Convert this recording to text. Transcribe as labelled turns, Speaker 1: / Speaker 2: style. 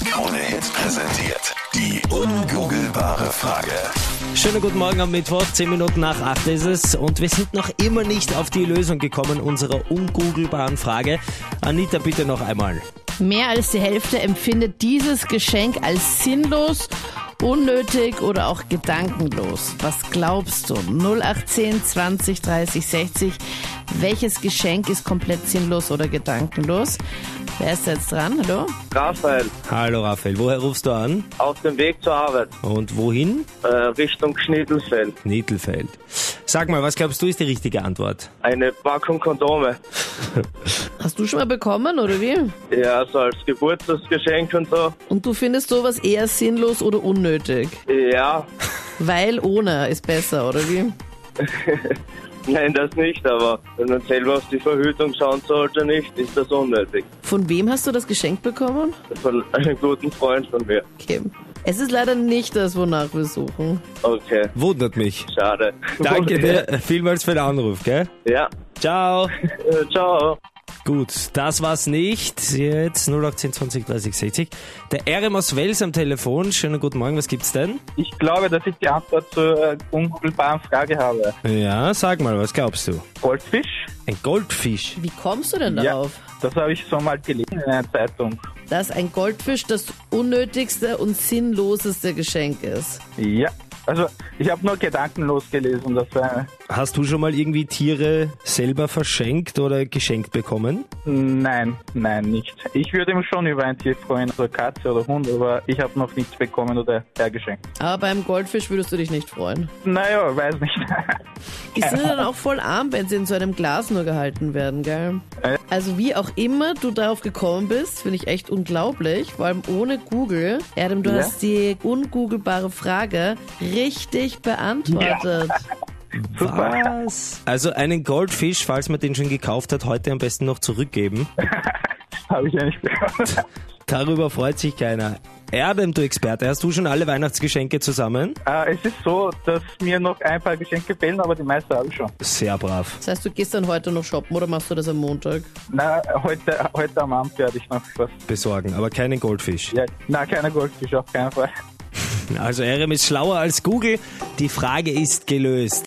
Speaker 1: Hit präsentiert die ungoogelbare Frage.
Speaker 2: Schönen guten Morgen am Mittwoch, 10 Minuten nach 8 ist es und wir sind noch immer nicht auf die Lösung gekommen unserer ungoogelbaren Frage. Anita, bitte noch einmal.
Speaker 3: Mehr als die Hälfte empfindet dieses Geschenk als sinnlos, unnötig oder auch gedankenlos. Was glaubst du? 0810 20 30 60. Welches Geschenk ist komplett sinnlos oder gedankenlos? Wer ist da jetzt dran? Hallo?
Speaker 4: Raphael,
Speaker 2: Hallo Raphael, woher rufst du an
Speaker 4: auf dem Weg zur Arbeit,
Speaker 2: und wohin?
Speaker 4: äh, Richtung Schniedelfeld.
Speaker 2: Niedelfeld. Sag mal, was glaubst du ist die richtige Antwort?
Speaker 4: Eine Packung Kondome.
Speaker 3: Hast du schon mal bekommen oder wie?
Speaker 4: Ja, so als Geburtstagsgeschenk und so.
Speaker 3: Und du findest sowas eher sinnlos oder unnötig?
Speaker 4: Ja,
Speaker 3: Weil ohne ist besser, oder wie?
Speaker 4: nein, das nicht, aber wenn man selber auf die Verhütung schauen sollte, nicht, ist das unnötig.
Speaker 3: Von wem hast du das Geschenk bekommen?
Speaker 4: Von einem guten Freund von mir.
Speaker 3: Kim. Es ist leider nicht das, wonach wir suchen.
Speaker 4: Okay,
Speaker 2: Wundert mich.
Speaker 4: schade.
Speaker 2: Danke dir vielmals für den Anruf, gell?
Speaker 4: Ja,
Speaker 2: Ciao.
Speaker 4: äh, ciao.
Speaker 2: Gut, das war's nicht. Jetzt 0810 20 30 60. Der RM aus Wels am Telefon. Schönen guten Morgen, was gibt's denn?
Speaker 5: Ich glaube, dass ich die Antwort zur äh, ungoogelbaren Frage habe.
Speaker 2: Ja, sag mal, was glaubst du?
Speaker 5: Goldfisch?
Speaker 2: Ein Goldfisch.
Speaker 3: Wie kommst du denn darauf?
Speaker 5: Das habe ich schon mal gelesen in einer Zeitung.
Speaker 3: Dass ein Goldfisch das unnötigste und sinnloseste Geschenk ist.
Speaker 5: Ja. Also, ich habe nur gedankenlos gelesen, das war.
Speaker 2: Hast du schon mal irgendwie Tiere selber verschenkt oder geschenkt bekommen?
Speaker 5: Nein, nein, nicht. Ich würde mich schon über ein Tier freuen, also Katze oder Hund, aber ich habe noch nichts bekommen oder hergeschenkt.
Speaker 3: Aber beim Goldfisch würdest du dich nicht freuen.
Speaker 5: Naja, weiß nicht.
Speaker 3: Die sind dann auch voll arm, wenn sie in so einem Glas nur gehalten werden, gell?
Speaker 5: Ja.
Speaker 3: Also wie auch immer du darauf gekommen bist, finde ich echt unglaublich. Vor allem ohne Google. Adam, du
Speaker 5: Ja.
Speaker 3: hast die ungoogelbare Frage richtig beantwortet.
Speaker 5: Super.
Speaker 2: Was? Also einen Goldfisch, falls man den schon gekauft hat, heute am besten noch zurückgeben.
Speaker 5: habe ich ja nicht bekommen.
Speaker 2: Darüber freut sich keiner. Erdem, du Experte, hast du schon alle Weihnachtsgeschenke zusammen?
Speaker 5: Äh, es ist so, dass mir noch ein paar Geschenke fehlen, aber die meisten habe ich schon.
Speaker 2: Sehr brav.
Speaker 3: Das heißt, du gehst dann heute noch shoppen oder machst du das am Montag?
Speaker 5: Na, heute, heute am Abend werde ich noch was.
Speaker 2: Besorgen, aber keinen Goldfisch.
Speaker 5: Ja, na, keine Goldfisch, auf keinen Fall.
Speaker 2: Also Erdem ist schlauer als Google. Die Frage ist gelöst.